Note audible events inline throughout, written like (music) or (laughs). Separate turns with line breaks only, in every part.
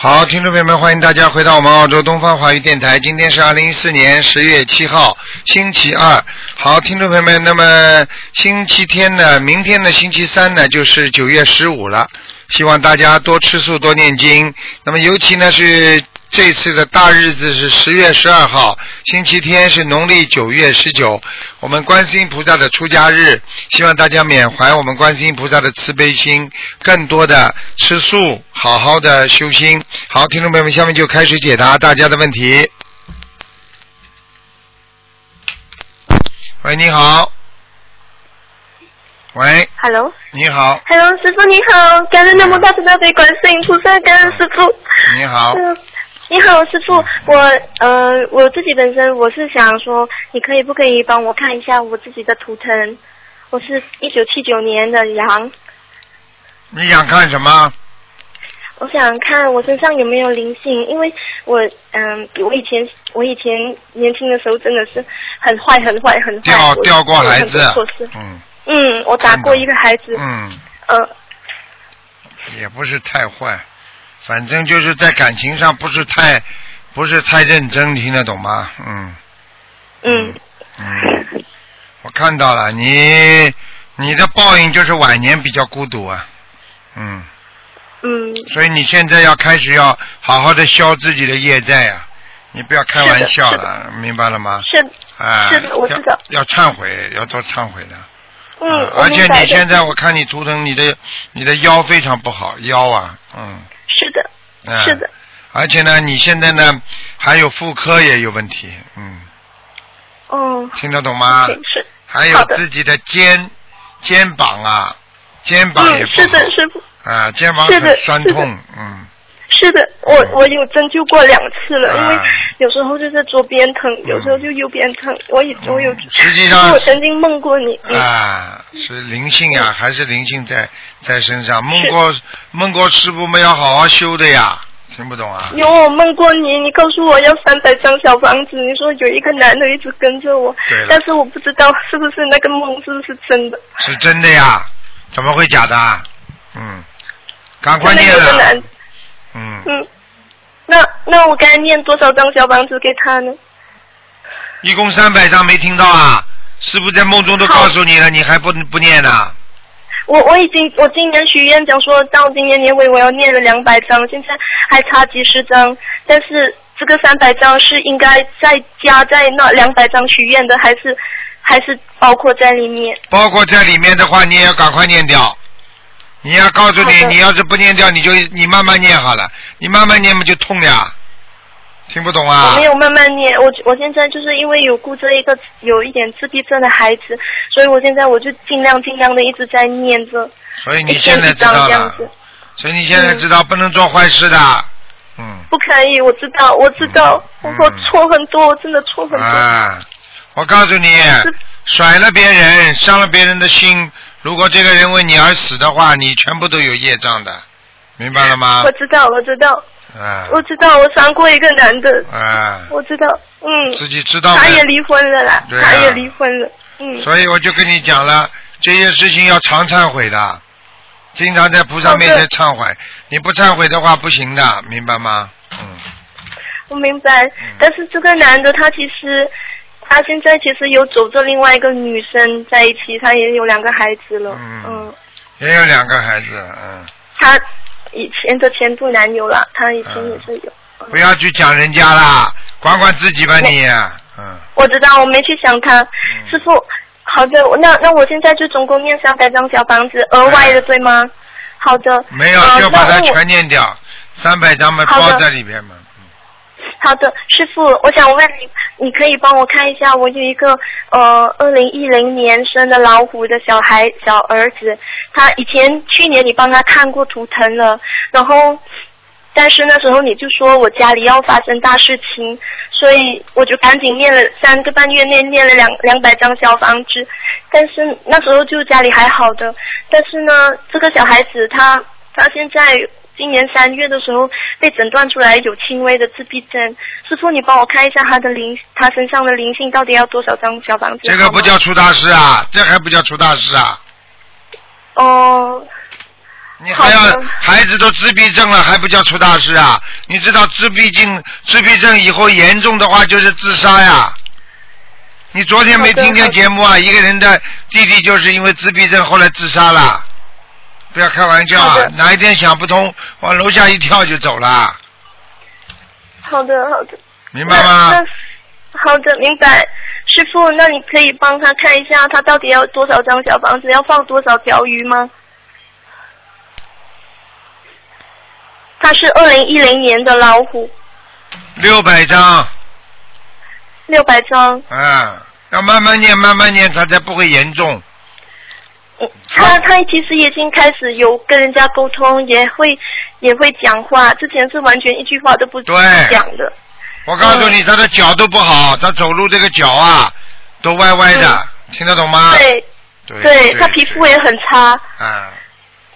好，听众朋友们，欢迎大家回到我们澳洲东方华语电台。今天是二零一四年十月七号，星期二。好，听众朋友们，那么星期天呢，明天呢，星期三呢，就是九月十五了。希望大家多吃素，多念经。那么尤其呢是这次的大日子是十月十二号，星期天是农历九月十九，我们观世音菩萨的出家日。希望大家缅怀我们观世音菩萨的慈悲心，更多的吃素，好好的修心。好，听众朋友们，下面就开始解答大家的问题。喂，你好。喂，
Hello。
你好，
Hello，师傅你好，感恩南无大慈大悲观世音菩萨，感恩师傅。
你好。
嗯，你好，师傅，我呃我自己本身我是想说，你可以不可以帮我看一下我自己的图腾？我是一九七九年的羊，
你想看什么？
我想看我身上有没有灵性，因为我嗯、我以前我以前年轻的时候真的是很坏很坏很坏，
掉
哎我
掉过孩子
做很多错事。
嗯
嗯，我打过一个孩子，
嗯，
呃，
也不是太坏，反正就是在感情上不是太不是太认真，你听得懂吗？嗯
嗯
嗯，我看到了，你你的报应就是晚年比较孤独啊。嗯，
嗯，
所以你现在要开始要好好的消自己的业债啊，你不要开玩笑
是的
了，明白了吗？
是
啊，
是的我知道
要要忏悔，要多忏悔的。
嗯，
嗯
我
而且
明白
你
的
现在我看你图腾，你的你的腰非常不好，腰啊，嗯，
是的，
嗯
是的，
而且呢，你现在呢还有妇科也有问题，嗯，
嗯，
听得懂吗？
对是，
还有
好的
自己的肩肩膀啊，肩膀也
嗯，
不好
是的，师傅，
啊，肩膀
是的
很酸
是的
痛，嗯，
是的，我我有针灸过两次了，因
啊嗯
为有时候就是左边疼，有时候就右边疼，我也我有，
实际上
我曾经梦过你，嗯，
啊，是灵性呀、还是灵性在在身上？孟国孟国师傅们要好好修的呀，听不懂啊？
有我梦过你，你告诉我要三百张小房子，你说有一个男的一直跟着我
对了，
但是我不知道是不是那个梦是不是真的，
是真的呀，怎么会假的啊？嗯，赶快
真的
念
有个男
了。，嗯，
嗯，那那我该念多少张小房子给他呢？
一共三百张没听到啊？师傅在梦中都
好
告诉你了，你还不不念啊呢、
我我已经我今年许愿讲说到今年年尾我要念了两百张，现在还差几十张，但是这个三百张是应该再加在那两百张许愿的，还是还是包括在里面？
包括在里面的话，你也要赶快念掉。你要告诉
好
你，
的
你要是不念掉，你就你慢慢念好了，你慢慢念嘛就痛了。听不懂啊？
我没有慢慢念，我我现在就是因为有顾着一个有一点自闭症的孩子，所以我现在我就尽量尽量的一直在念着，
所以
一
你现
千
在知
几张
道
这样
了，
子。
所以你现在
嗯
知道不能做坏事的。嗯。
不可以，我知道，我知道，
嗯
我错很多，我真的错很多。
啊，我告诉你，甩了别人，伤了别人的心，如果这个人为你而死的话，你全部都有业障的，明白了吗
我？知道，我知道，
啊
我知道，我伤过一个男的，
啊，
我知道，嗯，
自己知道吗
他？也离婚了啦，
对啊
他也离婚了，嗯，
所以我就跟你讲了，这些事情要常忏悔的，经常在菩萨
好的
面前忏悔，你不忏悔的话不行的，明白吗？嗯，
我明白。但是这个男的他其实，他现在其实有走着另外一个女生在一起，他也有两个孩子了，
嗯
嗯，
也有两个孩子，嗯，
他以前的前度男友啦，他以前也是有。嗯
不要去讲人家啦，管管自己吧
我
你，嗯，
我知道，我没去想他，
嗯
师傅。好的，那那我现在就总共念三百张小房子，额外的对吗？好的。
哎没有
呃
就把它
那我
全念掉，三百张嘛
好的
包在里边嘛。
好的，师傅，我想问你，你可以帮我看一下，我有一个呃，二零一零年生的老虎的小孩小儿子，他以前去年你帮他看过图腾了，然后，但是那时候你就说我家里要发生大事情，所以我就赶紧念了三个半月内念了两两百张小房子，但是那时候就家里还好的，但是呢，这个小孩子他他现在今年三月的时候被诊断出来有轻微的自闭症。师傅，你帮我看一下他的灵，他身上的灵性到底要多少张小房子？
这个不
好吗
叫出大事啊，这还不叫出大事啊！
哦。
你还
好
要
的
孩子都自闭症了，还不叫出大事啊？你知道自闭症自闭症以后严重的话就是自杀呀。你昨天没
好的
听见
好的
节目啊？一个人的弟弟就是因为自闭症后来自杀了，不要开玩笑
好
啊
的！
哪一天想不通，往楼下一跳就走了，
好的，好的。
明白吗？
那那好的，明白。师傅，那你可以帮他看一下，他到底要多少张小房子，要放多少条鱼吗？他是二零一零年的老虎，
六百张，
六百张。
嗯，要慢慢念，慢慢念，他才不会严重。
嗯他他其实已经开始有跟人家沟通，也会也会讲话，之前是完全一句话都不
对
不讲的。
我告
嗯
诉你，他的脚都不好，他走路这个脚啊，都歪歪的，听得懂吗？
嗯对，
啊对
对他皮肤也很差。
啊。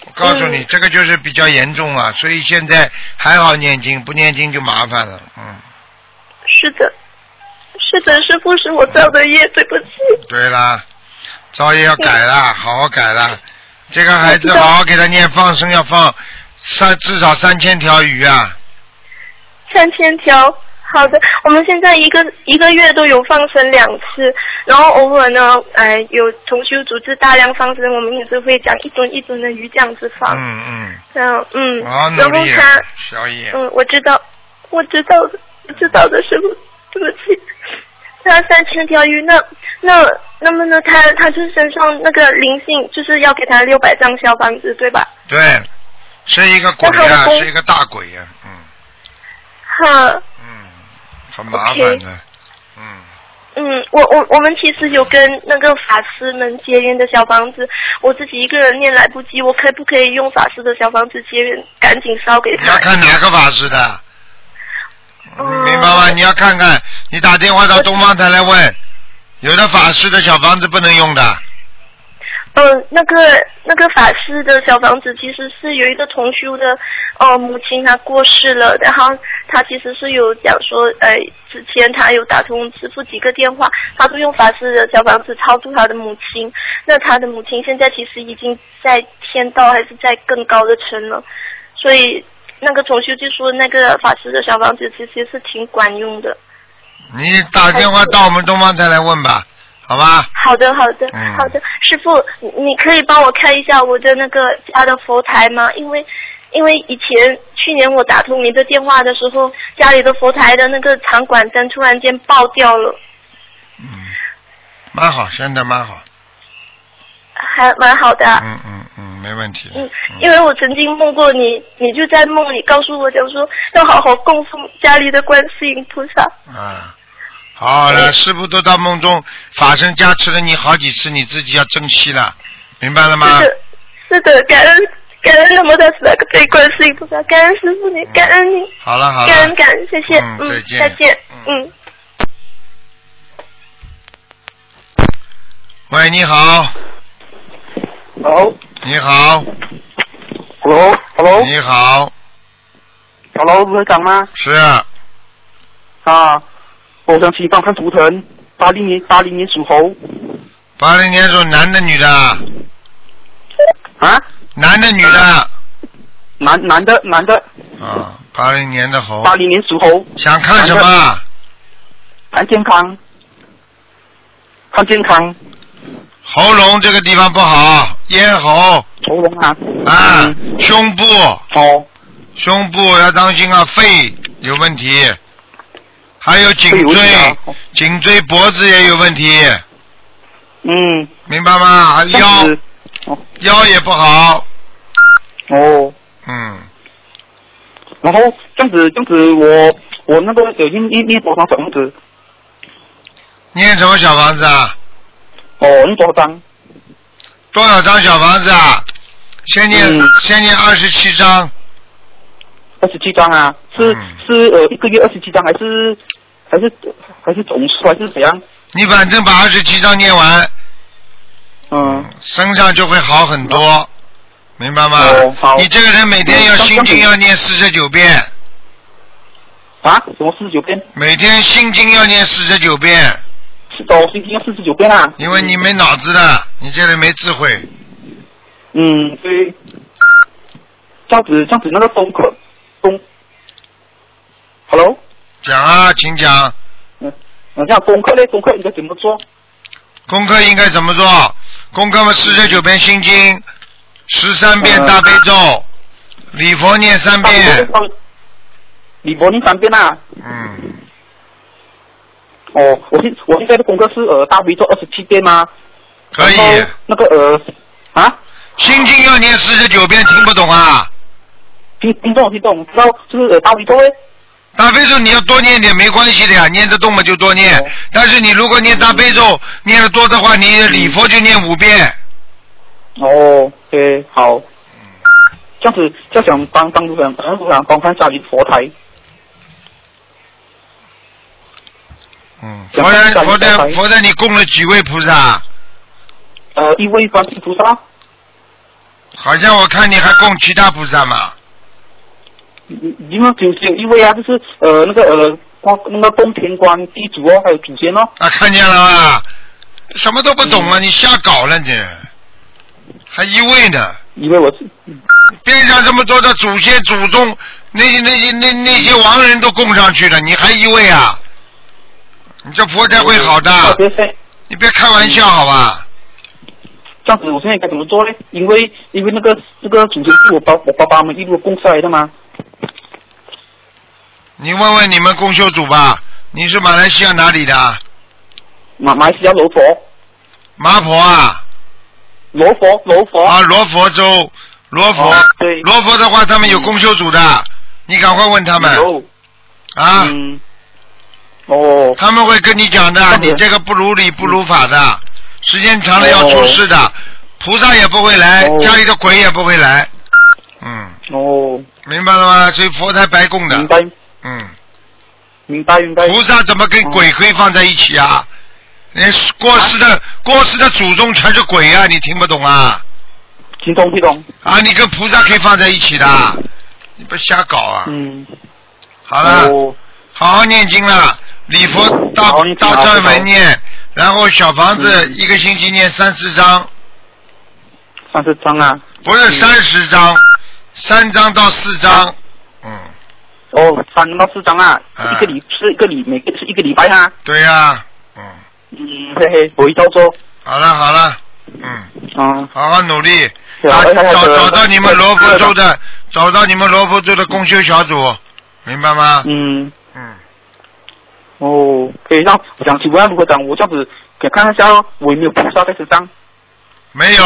我告诉你，
嗯
这个就是比较严重啊，所以现在还好念经，不念经就麻烦了。嗯，
是的，是的，师傅是我造的业，对不起。
对啦，造业要改啦，好好改啦。这个孩
我
子
知道
好好给他念放生，要放三至少三千条鱼啊。
三千条。好的，我们现在一个一个月都有放生两次，然后偶尔呢，呃，有同修组织大量放生，我们也是会讲一吨一吨的鱼这样子放。
嗯
嗯嗯
嗯，好好，
然
努
后
力啊
他，，
小野。
嗯，我知道，我知道的，我知道的，师傅，对不起。那三千条鱼，那那那么呢？他他就是身上那个灵性，就是要给他六百张小房子，对吧？
对，是一个鬼
那
呀、
他的功
是一个大鬼呀、嗯
哈，
嗯，很麻烦的嗯，
嗯，我我我们其实有跟那个法师们结缘的小房子，我自己一个人念来不及，我可不可以用法师的小房子结缘，赶紧烧给
你要
他？
看哪个法师的，你
嗯
明白吗？你要看看，你打电话到东方台来问，有的法师的小房子不能用的，
呃，那个那个法师的小房子其实是有一个同修的，呃，母亲她过世了，然后她其实是有讲说，呃，之前她有打通师傅几个电话，她都用法师的小房子超度她的母亲，那她的母亲现在其实已经在天道还是在更高的层了，所以那个同修就说那个法师的小房子其实是挺管用的。
你打电话到我们东方台来问吧，好吧？
好的，好的，
嗯
好的，师傅，你你可以帮我看一下我的那个家的佛台吗？因为因为以前去年我打通您的电话的时候，家里的佛台的那个长管灯突然间爆掉了，
嗯蛮好，现在蛮好，
还蛮好的啊、
嗯嗯嗯，没问题的。
嗯，因为我曾经梦过你，你就在梦里告诉我，讲说要好好供奉家里的观世音菩萨。
啊，好
嗯
了，师傅都到梦中法身加持了你好几次，你自己要珍惜了，明白了吗？
是的，是的，感恩感恩那么大慈大悲观世音菩萨，感恩师傅你，感恩你。
好了好了，
感恩感恩，谢谢，
嗯
嗯
再，见
再见，
嗯
嗯。
喂，你好，
Hello，Hello，Hello，
你好，你好，
小楼组长吗？
是
啊，我想请你帮我看图腾，八零年八零年属猴
八零年属男的女的，
啊，
男的女的
男男的男的，
啊，八零年的猴
八，零年属猴，
想看什么？
看健康，看健康，
喉咙这个地方不好，咽喉
喉咙啊，
啊
嗯，
胸部
哦，
胸部要当心啊，肺有问题，还有颈
肺有问题
椎
啊，
颈椎脖子也有问题，
嗯，
明白吗？还
这样
腰
子，哦
腰也不好，
哦，
嗯，
然后这样子这样子，我我那个有念念念多少房子？
念什么小房子啊？
哦，念多少张？
多少张小房子啊？先念、
嗯
先念二十七张，
二十七张啊？是、
嗯
是呃，一个月二十七张，还是还是还是总数还是怎样？
你反正把二十七张念完，
嗯，
身上就会好很多，明白吗？
哦好
你这个人每天要
嗯
心经要念四十九遍，
啊，什么四十九遍？
每天心经要念四十九遍，
是哦，心经要四十九遍啊。
因为
嗯
你没脑子的，你这人没智慧，
嗯，对，这样子这样子那个东可东，Hello，
讲啊，请讲，
嗯，那这样功课嘞，功课应该怎么做？
功课应该怎么做？功课嘛，四十九遍心经，十三遍大悲咒，
嗯
礼佛念三遍，
李博念三遍啊。
嗯，
哦，我现我现在的功课是呃大悲咒二十七遍吗？
可以。
然后那个呃啊，
心经要念四十九遍，听不懂啊？
听听懂听懂，知道就是呃大悲咒嘞。
大悲咒你要多念一点，没关系的呀，念得动嘛就多念
哦。
但是你如果念大悲咒念得多的话，你礼佛就念五遍。
哦，OK，好。这样子，就想帮帮助人，帮助人帮翻家里的佛台，
嗯，
想
佛人
想
佛在
想
佛在你供了几位菩萨？
呃，一位观世菩萨，
好像我看你还供其他菩萨嘛。
因为只有只有一位啊，就是呃那个呃光那个宫田观地主哦，还有祖先哦，
啊，看见了吧？什么都不懂啊，你瞎搞了你，还一位呢。
以为我是
啊边上这么多的祖先祖宗，那些那些那那些亡人都供上去了，你还一位啊？你这佛才会好的。
特别现
你别开玩笑好吧？
这样子，我现在该怎么做呢？因为因为那个那个祖先是我爸我爸爸们一路供下来的嘛，
你问问你们供修组吧，你是马来西亚哪里的？
马马来西亚罗佛
麻婆啊？
罗佛罗佛
啊，罗佛州，罗佛
哦，对
罗佛的话，他们有供修组的，你赶快问他们
有
啊，
嗯哦
他们会跟你讲的，
那
你
你
这个不如理不如法的，时间长了要
哦
出事的，菩萨也不会来，
哦
家里的鬼也不会来，嗯，
哦，
明白了吗？所以佛才白供
明
的，
白
嗯。
明白明白
菩萨怎么跟鬼可以放在一起啊？连过世的、
啊
过世的祖宗全是鬼啊！你听不懂啊？
听懂听懂
啊，你跟菩萨可以放在一起的，你不瞎搞啊！
嗯
好了，
哦
好好念经了，礼佛大
好你
大
好
专
你
门
好
念，然后小房子
嗯
一个星期念三四章，
三十张啊
不是三十章，三章到四章，嗯，
哦三到四张啊
啊
一个礼是一个礼每个是一个礼拜啊
对呀、嗯，
嗯嘿嘿我一照做
好了好了，嗯。
啊
好好努力，
是
啊
啊哎呀哎
找
是的
找到你们罗啊佛州
是
的，找到你们罗佛州的公修小组，明白吗？
嗯
嗯，
哦可以让我想请问如果讲我这样子给看一下哦我有没有菩萨在身上
没有，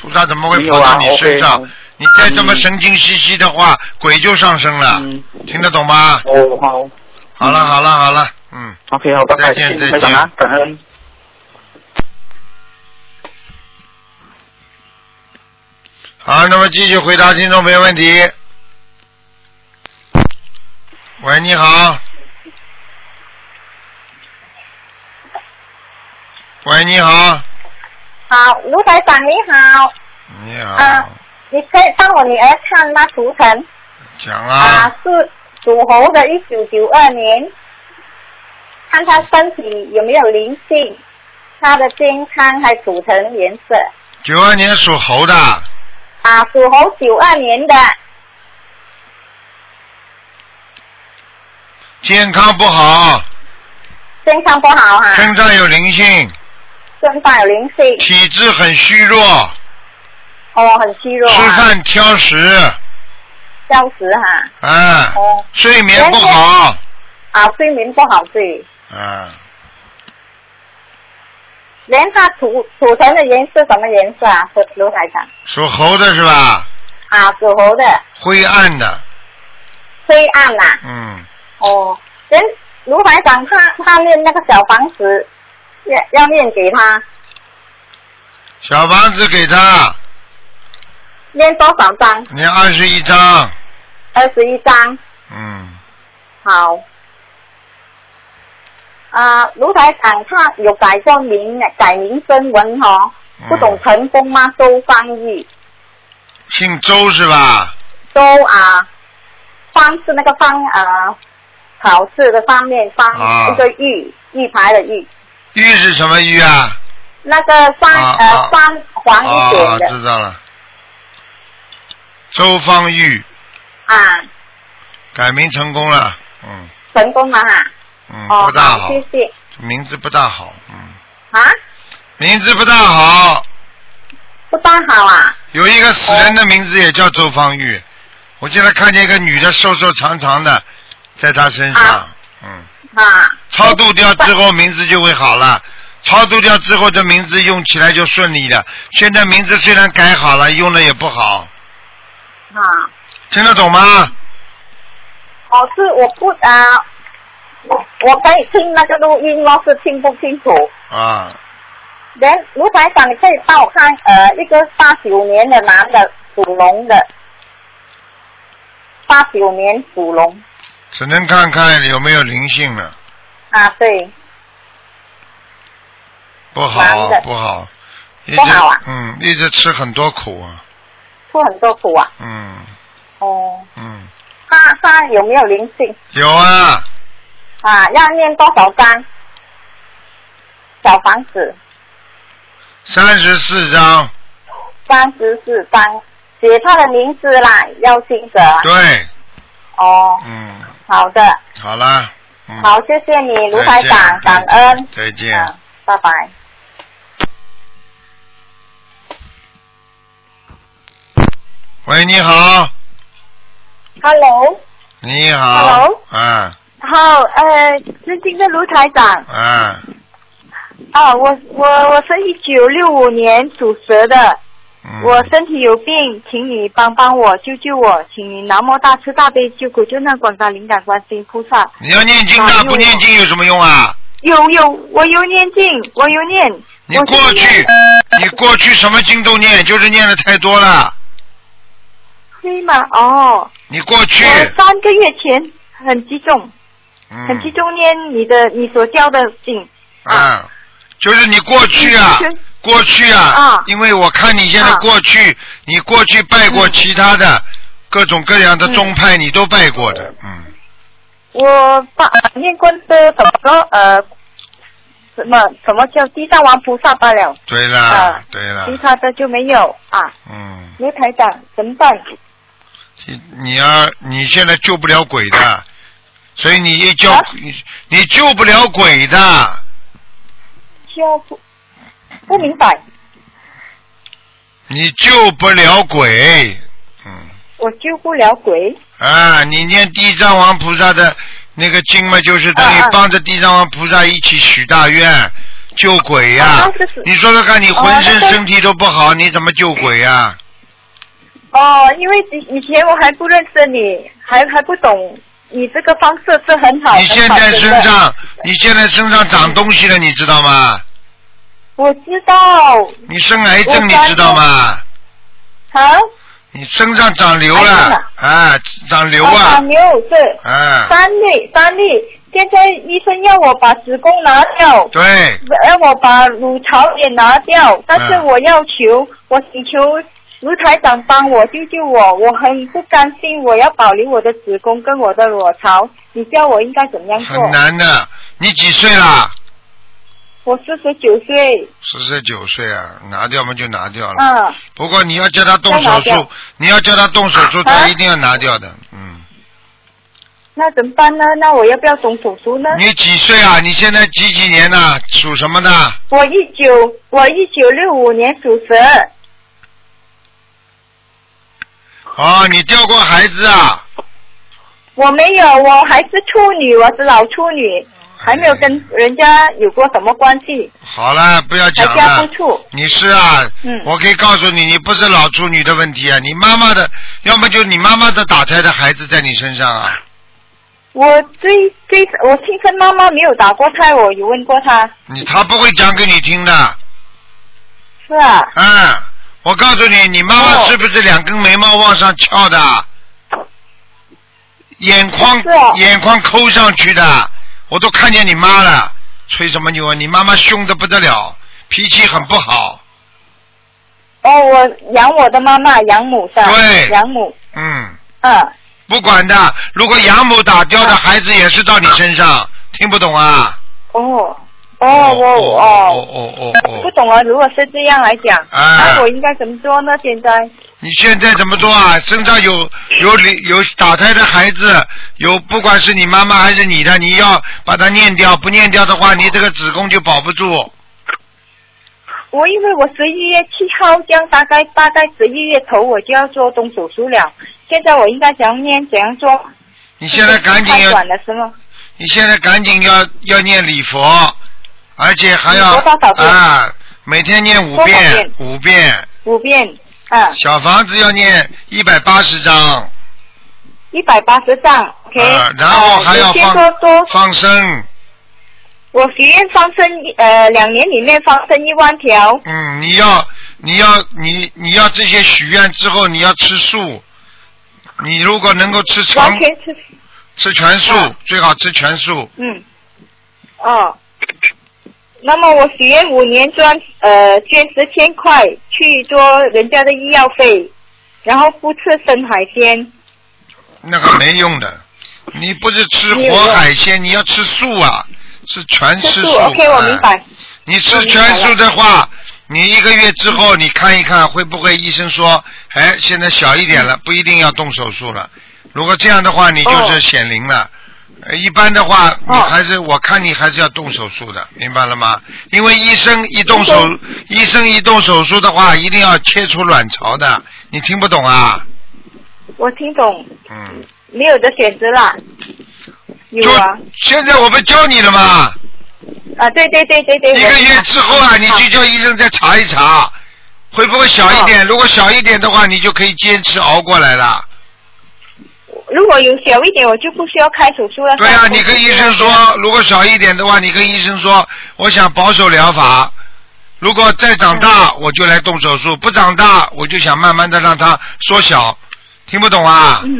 菩萨怎么会
没有
跑到
啊
你身上
OK，好？
你再这么
嗯
神经兮兮的话，鬼就上身了，
嗯
听得懂吗？
哦好
好了好了好了，嗯。
OK 好拜拜
再见
谢
再
谢
见
台长啊感恩。
好，那么继续回答听众朋友问题。喂，你好。喂，你好。
好，卢台长你好，
你好。
啊你可以帮我女儿看吗？图腾
讲
啊，是属猴的，一九九二年，看她身体有没有灵性，她的健康还图腾颜色
九二年属猴的，
啊，属猴九二年的
健康不
啊
好，
健康不好哈、啊，
身上有灵性，
身上有灵性，
体质很虚弱，
哦，很虚弱
吃
啊，
饭挑食，
消食哈、
啊，
哦，
睡眠不好，
啊，睡眠不好对，
哎
啊，
连她图图腾的颜色什么颜色啊？卢卢台长
属猴的是吧？
啊，属猴的，
灰暗的，
灰暗啊呐、
嗯，
哦，人卢台长他他念那个小房子，要要念给他，
小房子给他，
念多少张？
你二十一张，
二十一张，
嗯，
好。啊、卢台长他有改过名呢，改名声文哦，不懂
嗯
成功吗？周方玉，
姓周是吧？
周啊，方是那个方啊，考试的方面方，
啊
一个玉玉牌的玉，
玉是什么玉啊？
那个方、
啊
呃
啊
方黄一点
哦，
的，
知道了。周方玉
啊，
改名成功了，嗯
成功了哈。
嗯，
哦，
不大
好
好，
谢谢。
名字不大好，嗯，
啊，
名字不大好，
不大好啊。
有一个死人的名字也叫周方玉，我经常看见一个女的瘦瘦长长的，在她身上
啊，
嗯，
啊，
超度掉之后名字就会好了。超度掉之后，这名字用起来就顺利了。现在名字虽然改好了，用的也不好，
啊，
听得懂吗？
哦，是我不啊，我我可以听那个录音咯，是听不清楚。
啊，
连卢台长，你可以帮我看呃一个八九年的男的属龙的，八九年属龙
只能看看有没有灵性了。
啊，对，
不好
男的
不好，一直
不好啊
嗯，一直吃很多苦啊，
出很多苦啊。
嗯
哦，
嗯，
他他有没有灵性
有啊，
啊？要念多少章？小房子
三十四章，
三十四章，写他的名字啦，要经者。
对，
哦，
嗯，
好的，
好啦，嗯，
好，谢谢你，卢台
再见，
长，感恩。
再见。
嗯，拜拜。
喂，你好，
Hello，
你好
Hello？
啊
好，呃，尊敬的卢台长
啊，
啊，我我我是一九六五年属蛇的，
嗯，
我身体有病，请你帮帮我，救救我，请你南无大慈大悲救苦救难广大灵感观世音菩萨。
你要念经的，
啊
不念经有什么用啊？
有有，我有念经，我有念。
你
我是
过去
念，
你过去什么经都念，就是念的太多了。
对吗？哦，
你过去，
我三个月前很激动，
嗯，
很激动念你的你所教的经。
啊，就是你过去啊
嗯就是，
过去啊，
啊
因为我看你现在
啊嗯
过去，你过去拜过其他的各种各样的宗派，你都拜过的，嗯，
我把呃念过的什么呃，什么什么叫地藏王菩萨罢了，
对啦
啊，
对
其
啦，
他的就没有啊。
嗯，
卢台长怎么办？
你你要你现在救不了鬼的，所以你一救
啊
你你救不了鬼的，
就不不明白，
你救不了鬼，嗯。
我救不了鬼。
啊，你念地藏王菩萨的那个经嘛，就是等于
嗯嗯
帮着地藏王菩萨一起许大愿，救鬼呀、
啊那是
你说说看，你浑
哦
身
那是
身体都不好，你怎么救鬼呀、
哦，因为以以前我还不认识你，还还不懂你这个方式是很好。
你现在
很好
身
真的
上，你现在身上长东西了，你知道吗？
我知道
你生癌
我
症，你
发
知道
现
吗？
啊，
你身上长瘤
癌症
了
哎了，
啊，长瘤
我
啊
长，瘤是
啊，
三粒三粒，现在医生要我把子宫拿掉，
对，
让我把乳巢也拿掉，但是
嗯
我要求，我请求卢台长帮我救救我，我很不甘心，我要保留我的子宫跟我的乳巢，你叫我应该怎么样做？
很难的。你几岁啦？
我四十九岁，
四十九岁啊，拿掉嘛就拿掉了。
嗯。
不过你要叫他动
要
手
拿掉
术，你要叫他动手术，
啊
他一定要拿掉的。嗯，
那怎么办呢？那我要不要动手术呢？
你几岁啊？你现在几几年呢、属什么的？
我一九我一九六五年属蛇，
哦，你掉过孩子啊？
我没有，我还是处女，我是老处女，还没有跟人家有过什么关系，
哎好了，不要
还
讲啊
家不
了。
处。
你是啊，
嗯
我可以告诉你，你不是老处女的问题啊，你妈妈的，要么就你妈妈的打胎的孩子在你身上啊。
我最最我亲生妈妈没有打过胎，我有问过她，
你他不会讲给你听的，
是啊，
嗯，我告诉你，你妈妈
哦
是不是两根眉毛往上翘的，眼眶
是哦
眼眶抠上去的，我都看见你妈了，吹什么牛啊？你妈妈凶的不得了，脾气很不好，
哦，我养我的妈妈养母的，
对
养母，
嗯，
嗯，
不管的，如果养母打掉
啊
的孩子也是到你身上，听不懂啊？
哦，哦，
哦哦
我哦，
哦哦
不
哦，
懂啊，如果是这样来讲，
啊
那我应该怎么做呢？现在
你现在怎么做啊？身上有有有打胎的孩子，有不管是你妈妈还是你的，你要把它念掉，不念掉的话，你这个子宫就保不住。
我因为我十一月七号这样，大概大概十一月头我就要做动手术了。现在我应该怎样念？怎样做？
你现在赶紧
太
要
短，了是吗？
你现在赶紧要要念礼佛，而且还要
礼佛多少遍
啊，每天念五
多少
遍
遍，
五遍。
五遍啊，
小房子要念一百八十章。
一百八十张，OK、
啊，然后还要
呃有些
放
多多，
放生，
我许愿放生一呃两年里面放生一万条，
嗯，你要你要你你要这些许愿之后，你要吃素，你如果能够吃
完
长
全是
吃全素
嗯，
最好吃全素，
嗯，哦。那么我许愿五年赚呃捐十千块去做人家的医药费，然后不吃生海鲜。
那个没用的。你不是吃
没有
活
用
海鲜，你要吃素啊，是全
吃
素。
素，OK，我明
哎
白。
你
我
吃
明白
全
了
素的话，你一个月之
嗯
后你看一看会不会医生说，哎，现在小一点了，
嗯
不一定要动手术了。如果这样的话，你就是显灵了。呃一般的话，你
哦
还是、我看你还是要动手术的，明白了吗？因为医生一动手，医生一动手术的话，一定要切除卵巢的。你听不懂啊？
我听懂，
嗯，
没有的选择啦。有
就
啊，
现在我不教你了吗？
啊，对对对对对。
(laughs) 一
我
个
明白
月之后啊，你去叫医生再查一查，会不会小一点？如果小一点的话，你就可以坚持熬过来了。
如果有小一点，我就不需要开手术了。
对
是
啊，
吧
你跟医生说，如果小一点的话，你跟医生说，我想保守疗法。如果再长大，我就来动手术；不长大，我就想慢慢的让它缩小。听不懂啊？
嗯，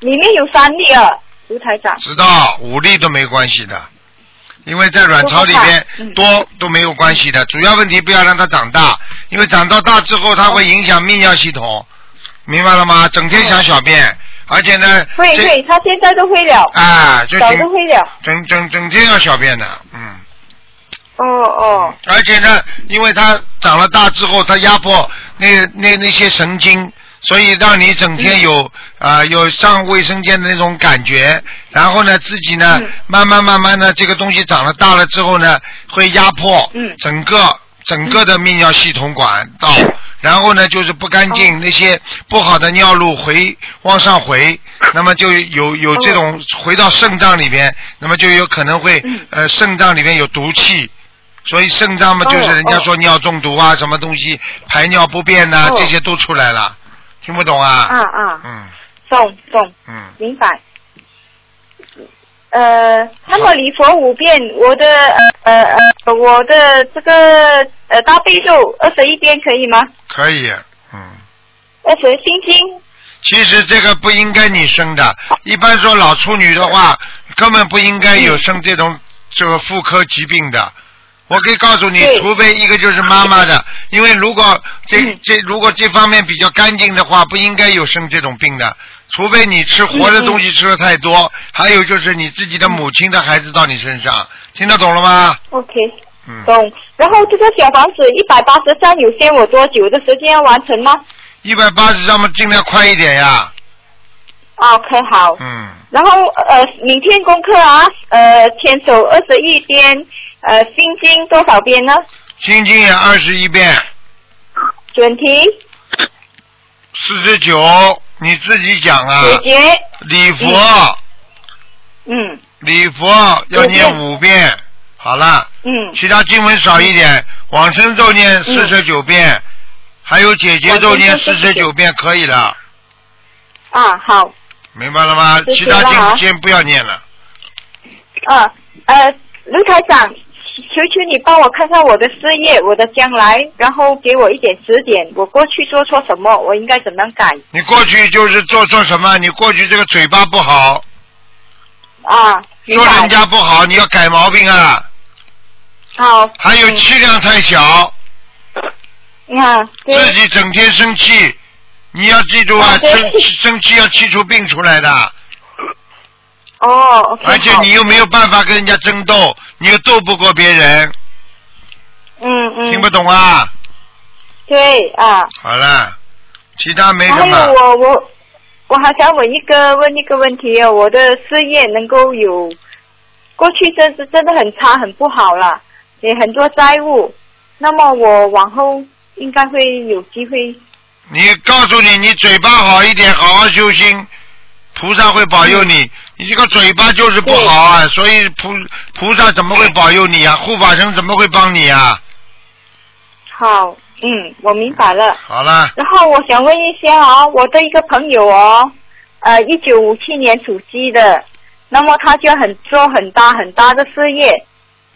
里面有三粒啊，卢台长。
知道五粒都没关系的，因为在卵巢里边
都不怕嗯
多都没有关系的。主要问题不要让它长大，因为长到大之后，它会影响泌尿系统，明白了吗？整天想小便，而且呢，
会
这
会，他现在都会了，
啊，就
早
整
都会了。
整整整天要小便的，嗯。
哦哦，
而且呢，因为它长了大之后，它压迫那那那些神经，所以让你整
嗯
天有啊、有上卫生间的那种感觉。然后呢，自己呢、
嗯
慢慢慢慢的这个东西长了大了之后呢，会压迫
嗯
整个整个的泌尿系统管道。然后呢，就是不干
哦
净，那些不好的尿路回往上回，
嗯
那么就有
哦
有这种回到肾脏里边，那么就有可能会
嗯
呃肾脏里边有毒气，所以肾脏嘛，
哦
就是人家说尿中毒啊，什么东西排尿不便呐、
哦
这些都出来了，听不懂啊？
啊啊，
嗯
懂懂，
嗯，
明白。呃，那么礼佛五遍，我的呃呃，我的这个呃大悲咒二十一遍可以吗？
可以，嗯。
二十心经
其实这个不应该你生的，一般说老处女的话，根本不应该有生这种这个妇科疾病的。我可以告诉你，
对
除非一个就是妈妈的，因为如果这
嗯
这如果这方面比较干净的话，不应该有生这种病的。除非你吃活的东西吃的太多，还有就是你自己的母亲的孩子到你身上，听得懂了吗？
，OK，
嗯，
懂。然后这个小房子一百八十三，有限我多久的时间要完成吗？
一百八十，咱们尽量快一点呀。
啊，OK，好。
嗯，
然后呃，明天功课啊，呃，牵手二十一遍，呃，心经多少遍呢？
心经也二十一遍。
准提、
四十九，你自己讲啊。
解决，
礼佛，
嗯
礼佛要念五遍，好了，
嗯
其他经文少一点，往生咒念四十九遍，还有解结咒念
往
四
生咒
十九遍，可以了，
啊，好，
明白了吗？
谢
其
谢
他
了啊
经先不要念了。
啊呃，卢台长，求求你帮我看看我的事业，我的将来，然后给我一点指点，我过去做错什么，我应该怎么样改
你过去就是做错什么？你过去这个嘴巴不好，
啊？明
说人
白。
家不好，你要改毛病啊。
好。
还有气量太小，
嗯啊，对，
自己整天生气，你要记住啊，
啊对
生生气要气出病出来的。
哦，OK，
而且
好
你又没有办法跟人家争斗，你又斗不过别人，
嗯嗯，
听不懂啊？
对啊，
好了，其他没什
还
么
有。哎我我我还想问一个问一个问题哦，我的事业能够有，过去真是真的很差很不好了，也很多债务。那么我往后应该会有机会，
你告诉你，你嘴巴好一点，好好修心，菩萨会保佑
嗯
你。你这个嘴巴就是不好啊，所以菩菩萨怎么会保佑你啊？护法神怎么会帮你啊？
好，嗯，我明白了。
好了，
然后我想问一下哦，我的一个朋友哦，呃，一九五七年属鸡的，那么他就很做很大很大的事业，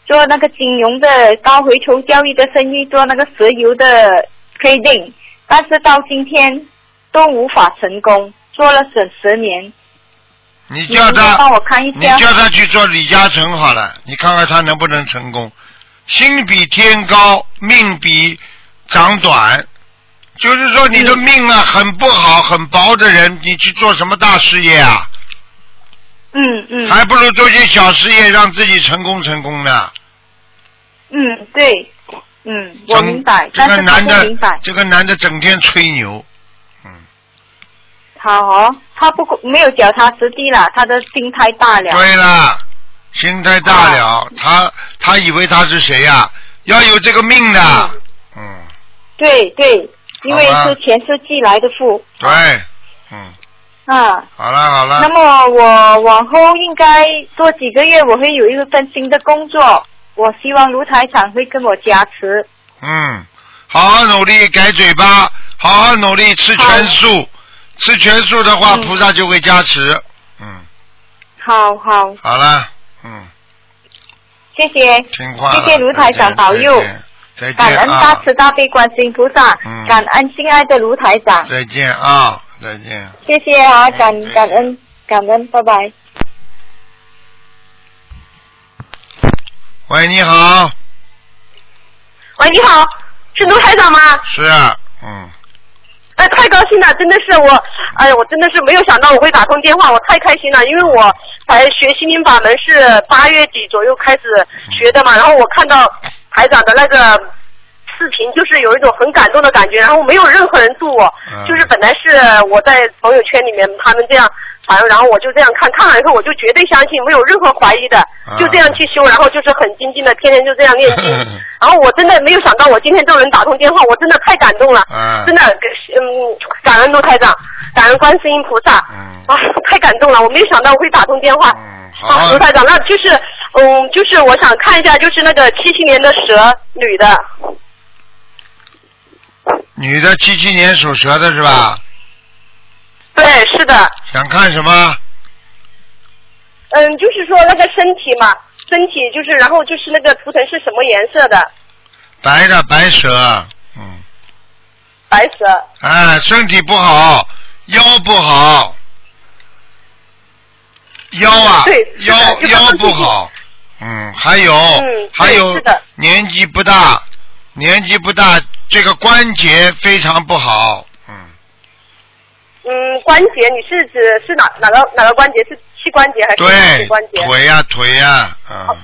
做那个金融的高回酬交易的生意，做那个石油的 trading，但是到今天都无法成功，做了整十年。
你叫
你能不能帮
他，
我看一
你
下，
叫他去做李嘉诚好了，你看看他能不能成功。心比天高，命比长短，就是说你的命啊很不好、很薄的人，你去做什么大事业啊？
嗯嗯
还不如做些小事业，让自己成功成功呢。
嗯，对，嗯，我
整
明白，
这
但
个
是他
男
不
的
明白，，
这个男的整天吹牛，嗯，
好哦，他不没有脚踏实地啦，他的心太大了。
对啦，心太大了，
啊
他他以为他是谁呀、要有这个命的，嗯，
对对，因为
好吧
是前世寄来的父。
对，嗯，
啊，
好了好
那
了，
么我往后应该多几个月，我会有一个更新的工作。我希望卢台长会跟我加持。
嗯，好好努力改嘴巴，好好努力吃全素，吃全素的话，
嗯
菩萨就会加持，嗯，
好好，
好了，嗯，
谢谢，
听话了，
谢谢卢台
再见
长保佑，
再见再
感
见
恩
啊
大，慈大悲观世音菩萨，
嗯
感恩亲爱的卢台长，
再见啊，再见。
谢谢啊，感
嗯
感恩感恩，拜拜。
喂，你好，
喂，你好，是卢台长吗？
是啊，嗯，
哎，太高兴了，真的是我，哎呀，我真的是没有想到我会打通电话，我太开心了，因为我才学心灵法门是八月底左右开始学的嘛，然后我看到台长的那个视频，就是有一种很感动的感觉，然后没有任何人助我
嗯，
就是本来是我在朋友圈里面他们这样。传，然后我就这样看，看了以后我就绝对相信，没有任何怀疑的，就这样去修，然后就是很精进的，天天就这样念经。然后我真的没有想到，我今天都能打通电话，我真的太感动了。
啊，
真的，嗯，感恩卢台长，感恩观世音菩萨，
嗯
啊，太感动了，我没有想到我会打通电话。
嗯，好
啊，
好
卢台长，那就是，嗯，就是我想看一下，就是那个七七年的蛇女的，
女的七七年属蛇的是吧？
对，是的，
想看什么？
嗯，就是说那个身体嘛，身体就是，然后就是那个图腾是什么颜色的？
白的白蛇，嗯，
白蛇，
哎，身体不好，腰不好，腰啊
对，是的
腰
就刚刚
腰不
最近
好，嗯，还有、
嗯
还
对
有
是的
年纪不大，年纪不大，这个关节非常不好，嗯。
嗯，关节，你是指是哪哪个哪个关节？是膝关节还是哪
对
个关节？，哦
腿呀、腿呀、嗯，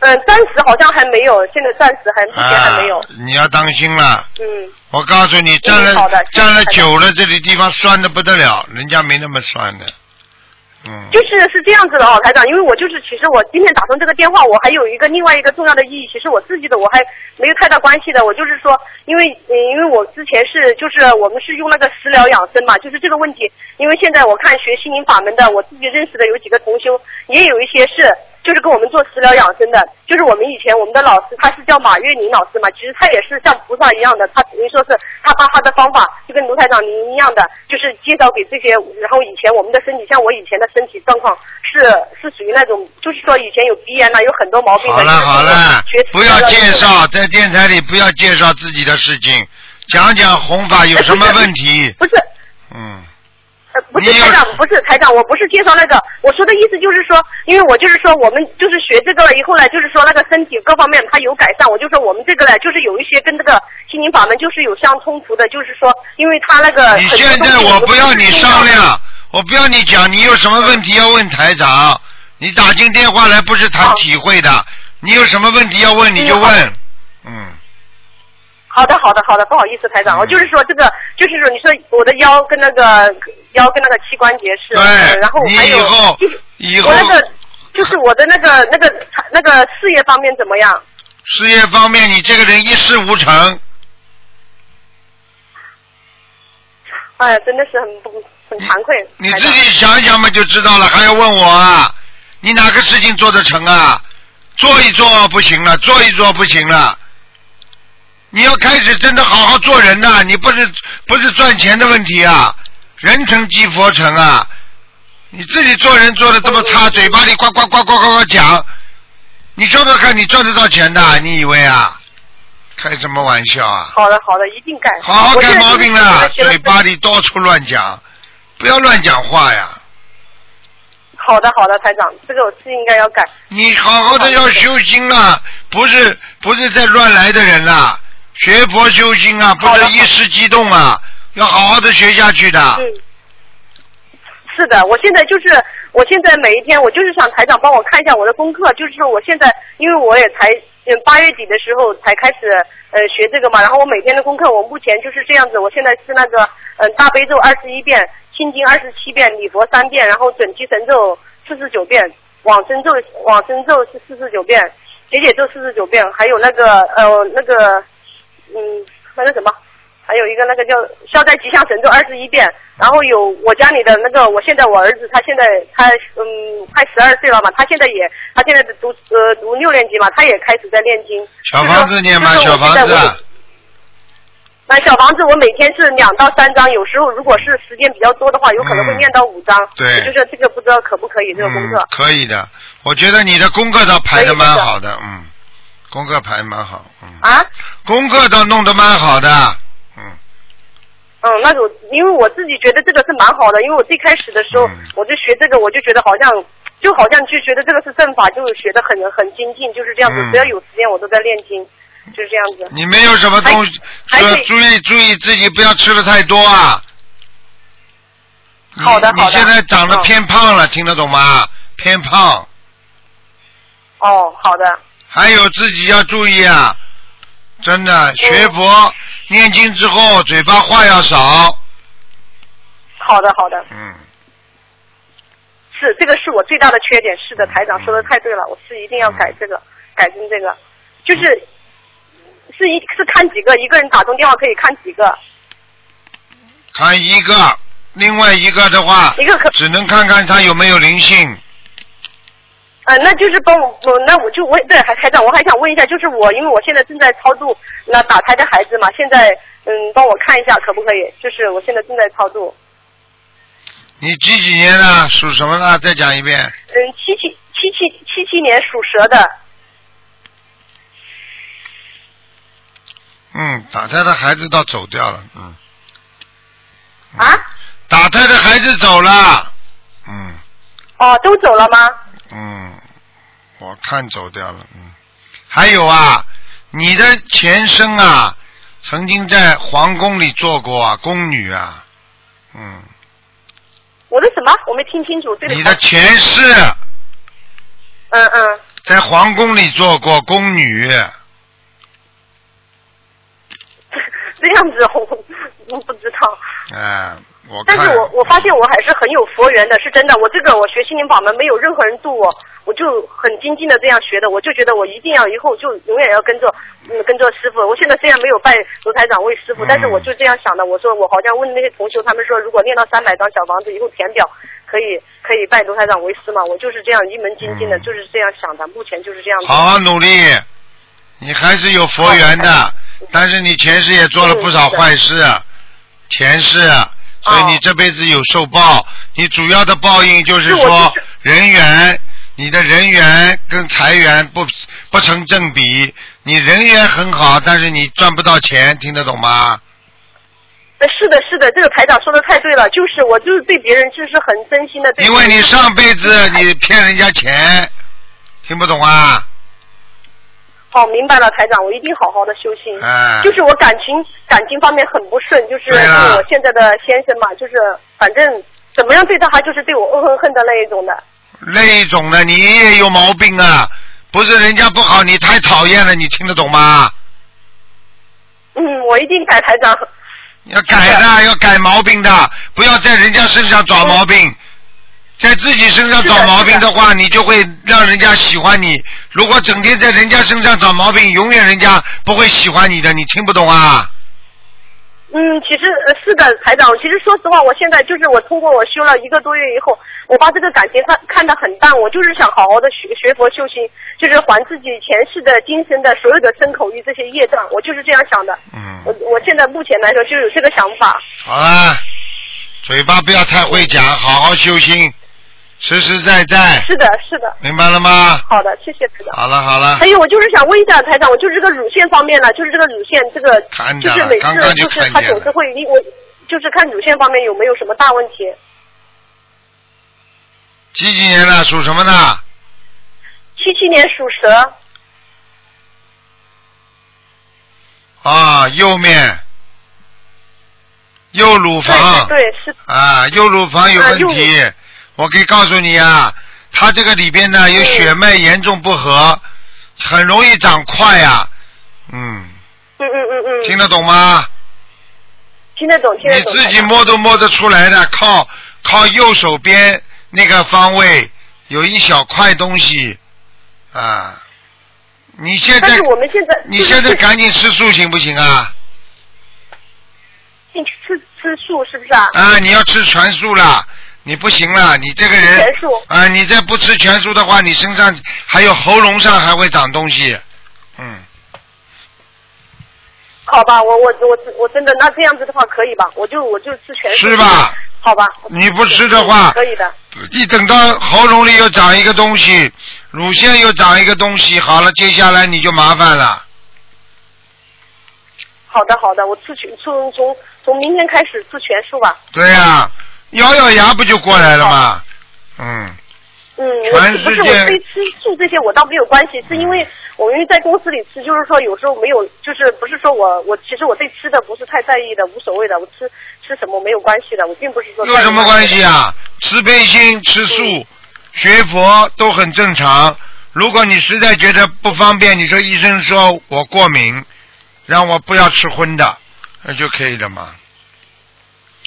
嗯，暂时好像还没有，现在暂时还目前还
啊
没有，，
你要当心了。
嗯。
我告诉你，站
好的
了站了
谢谢
久了，这里地方酸的不得了，人家没那么酸的。嗯，
就是是这样子的哦，台长，因为我就是其实我今天打通这个电话，我还有一个另外一个重要的意义，其实我自己的我还没有太大关系的，我就是说，因为嗯，因为我之前是就是我们是用那个食疗养生嘛，就是这个问题，因为现在我看学心灵法门的，我自己认识的有几个同修，也有一些是就是跟我们做食疗养生的，就是我们以前我们的老师他是叫马月林老师嘛，其实他也是像菩萨一样的，他等于说是他把他的方法就跟卢台长您一样的，就是介绍给这些，然后以前我们的身体像我以前的身体状况是是属于那种，就是说以前有鼻炎呐、有很多毛病的。
好了好了
就是学，
不要
食疗养
介
生
绍在电台里不要介绍自己的事情，讲讲弘法有什么问题。
不是。
嗯，
呃，不是
你有
台长，不是台长，我不是介绍那个，我说的意思就是说，因为我就是说，我们就是学这个了以后呢，就是说那个身体各方面它有改善，我就说我们这个呢，就是有一些跟这个心灵法门就是有相冲突的，就是说，因为他那个
你
很多
现
东西
在我不要你
是
商量，我不要你讲，你有什么问题要问台长？你打进电话来不是谈
好
体会的，你有什么问题要问你就
嗯好
问。嗯，
好的，好的，好的，不好意思，台长，我就是说这个，就是说你说我的腰跟那个腰跟那个膝关节是，
对
呃然后我
你
还有
以后
就是
以后
我那个就是我的那个那个那个事业方面怎么样？
事业方面，你这个人一事无成，
哎呀，真的是很不很惭愧，
你
台
自
长
己想一想嘛就知道了，还要问我啊？你哪个事情做得成啊？做一做不行了，做一做不行了。你要开始真的好好做人呐、你不是不是赚钱的问题啊，人成即佛成啊！你自己做人做的这么差，嘴巴里呱呱呱呱呱呱讲，你说说看，你赚得到钱的？你以为啊？开什么玩笑啊！
好的，好的，一定改。
好好
我
改
现在
毛病了，
就是觉得
嘴巴里到处乱讲，不要乱讲话呀！
好的，好的，台长，这个我是应该要改。
你好好的要修心了，不是不是在乱来的人啦，学佛修心啊，不
好
是
的
一时激动啊，要好好的学下去的。
嗯，是的，我现在就是，我现在每一天，我就是想台长帮我看一下我的功课，就是说我现在，因为我也才嗯八月底的时候才开始呃学这个嘛，然后我每天的功课，我目前就是这样子，我现在是那个嗯、呃大悲咒二十一遍，心经二十七遍，礼佛三遍，然后准提神咒四十九遍，往生咒往生咒是四十九遍，解解咒四十九遍，还有那个呃那个嗯那个什么。还有一个那个叫消灾吉祥神咒二十一遍，然后有我家里的那个，我现在我儿子他现在他嗯快十二岁了嘛，他现在也他现在读呃读六年级嘛，他也开始在念经。
小房子念吧，
就是
小
我
房
现在
子啊
我有那小房子我每天是两到三张，有时候如果是时间比较多的话，有可能会
嗯
念到五张。
对
就是这个不知道可不可以这个功课
嗯。，可以的。我觉得你的功课倒排的
可以的
蛮好的，嗯，功课排得蛮好，嗯，
啊？
功课倒弄得蛮好的，嗯，
嗯，那种，因为我自己觉得这个是蛮好的，因为我最开始的时候，
嗯
我就学这个，我就觉得好像，就好像就觉得这个是正法，就学得很很精进，就是这样子。
嗯
只要有时间，我都在练经，就是这样子。
你没有什么东西，
还
注
还
注意注意自己不要吃的太多啊。
好的
你
好
你
的
现在长得
嗯
偏胖了，听得懂吗？偏胖，
哦，好的，
还有自己要注意啊！真
嗯
的，学佛、念经之后，嘴巴话要少。
好的，好的，
嗯，
是这个是我最大的缺点。是的，台长说的太对了，我是一定要改这个，改正这个，就是
嗯
是一是看几个，一个人打通电话可以看几个，
看一个，另外一个的话，
一个可
只能看看他有没有灵性。
呃，那就是帮我，我那我就问，对，还台长，我还想问一下，就是我，因为我现在正在操作那打胎的孩子嘛，现在嗯，帮我看一下可不可以？就是我现在正在操作，
你几几年的？属什么的？再讲一遍。
嗯，七七七七七七年属蛇的，
嗯，打胎的孩子倒走掉了。嗯，
啊，
打胎的孩子走了。嗯
哦，都走了吗？
嗯，我看走掉了。嗯，还有啊，你的前身啊，曾经在皇宫里做过啊，宫女啊。嗯，
我的什么？我没听清楚，对
你
不
的
起啊
前世
嗯嗯， (laughs)
在皇宫里做过宫女，
这样子我我不知道，
哎，我看。
但是我我发现我还是很有佛缘的，是真的。我这个我学心灵法门，没有任何人度我，我就很精进的这样学的。我就觉得我一定要以后就永远要跟着，嗯，跟着师傅。我现在虽然没有拜卢台长为师傅
嗯，
但是我就这样想的。我说我好像问那些同学，他们说如果练到三百张小房子以后填表，可以可以拜卢台长为师嘛？我就是这样一门精进的，
嗯
就是这样想的。目前就是这样子。
好好啊努力，你还是有佛缘的，但是你前世也做了不少坏事，前世，所以你这辈子有受报。你主要的报应就是
是我
说
就是
人缘，你的人缘跟财缘不不成正比。你人缘很好，但是你赚不到钱，听得懂吗？
呃是的，是的，这个台长说的太对了，就是我就是对别人就是很真心的。
因为你上辈子你骗人家钱，听不懂啊？
好，哦明白了，台长，我一定好好的修行。
哎，
就是我感情感情方面很不顺，就是
对啦
对我现在的先生嘛，就是反正怎么样对待他，就是对我恶狠狠的那一种的。
那一种的，你也有毛病啊！不是人家不好，你太讨厌了，你听得懂吗？
嗯，我一定改台长。
要改的，要改毛病的，不要在人家身上找毛病。在自己身上
是的
找毛病
是的
的话，你就会让人家喜欢你。如果整天在人家身上找毛病，永远人家不会喜欢你的。你听不懂啊？
嗯，其实呃是的，台长。其实说实话，我现在就是我通过我修了一个多月以后，我把这个感情看看得很淡。我就是想好好的学学佛修心，就是还自己前世的、今生的所有的身口意这些业障。我就是这样想的。我
嗯，
我现在目前来说就有这个想法。
好啦，嘴巴不要太会讲，好好修心，实实在在，
是的，是的。
明白了吗？
好的，谢谢台长。
好了好了
还，有，我就是想问一下台长，我就是这个乳腺方面呢，就是这个乳腺这个
看，
就
见
是
了
每
刚刚
次
就
就是它
看见
总是
了
会，因我就是看乳腺方面有没有什么大问题。
几几年的属什么的？
七七年属蛇，
啊，右面，右乳房。
对对对，是
啊，右乳房有问
啊右
题，我可以告诉你啊，它这个里边呢
嗯
有血脉严重不和，很容易长块啊。嗯，
嗯嗯嗯嗯，
听得懂吗？
听得懂，听得
你
懂。
自己摸都摸得出来的，靠靠右手边那个方位有一小块东西啊。你现
但
在
是我们现在
你
就是
现在
吃
赶紧吃素行不行啊？
吃吃素是不是啊？
啊，你要吃全素啦，你不行啦，你这个人
全素
啊，你再不吃全素的话，你身上还有喉咙上还会长东西，嗯，
好吧，我我我我真的那这样子的话可以吧？我就我就吃全素
吃吧。
好吧。
你不吃的话
可以的。
一等到喉咙里又长一个东西，乳腺又长一个东西，好了，接下来你就麻烦了。
好的好的，我吃全从从从明天开始吃全素吧。
对呀、咬咬牙不就过来了吗？嗯，
嗯，我
全
不
世
是我
界
对吃素这些我倒没有关系，是因为我因为在公司里吃，就是说有时候没有，就是不是说我我其实我对吃的不是太在意的，无所谓的，我吃吃什么没有关系的，我并不是说
有什么关系啊？慈悲心、吃素、学佛都很正常。如果你实在觉得不方便，你说医生说我过敏，让我不要吃荤的，那就可以了嘛。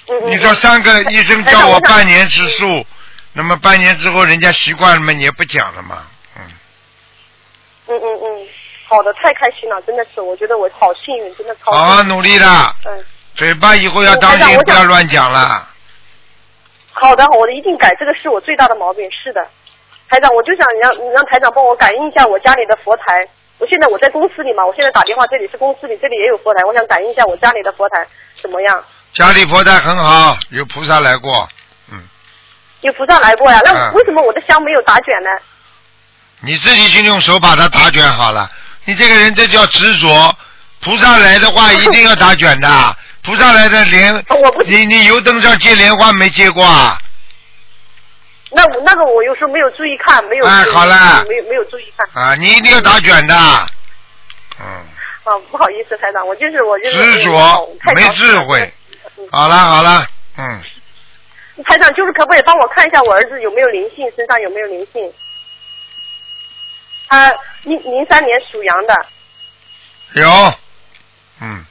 嗯？嗯嗯，
你说三个医生叫我半年吃
嗯
素，那么半年之后人家习惯了嘛，也不讲了嘛。嗯，
嗯嗯嗯，好的，太开心了，真的是，我觉得我好幸运，真的超
好
幸
好
运。
努力啦，
嗯，
嘴巴以后要当
嗯台
心
长，我
不要
想
乱讲了。
好的，我一定改，这个是我最大的毛病，是的。台长，我就想让你让台长帮我感应一下我家里的佛台。我现在我在公司里嘛，我现在打电话，这里是公司里，这里也有佛台，我想感应一下我家里的佛台怎么样？
家里佛台很好，有菩萨来过。嗯，
有菩萨来过呀，那
嗯
为什么我的香没有打卷呢？
你自己去用手把它打卷好了。你这个人这叫执着。菩萨来的
(laughs)
话一定要打卷的，菩萨来的莲，
我不
哦你你油灯上接莲花没接过啊？
那我那个我有时候没有注意看，没有注意、
哎好了
没有没有注意看
啊，你一定要打卷的。嗯，
啊，不好意思，台长，我就是我就是
执着
太着
没
急
智
了
慧。
嗯
好了好了，嗯，
台长，就是可不可以帮我看一下我儿子有没有灵性，身上有没有灵性？他零零三年属羊的，
有，嗯，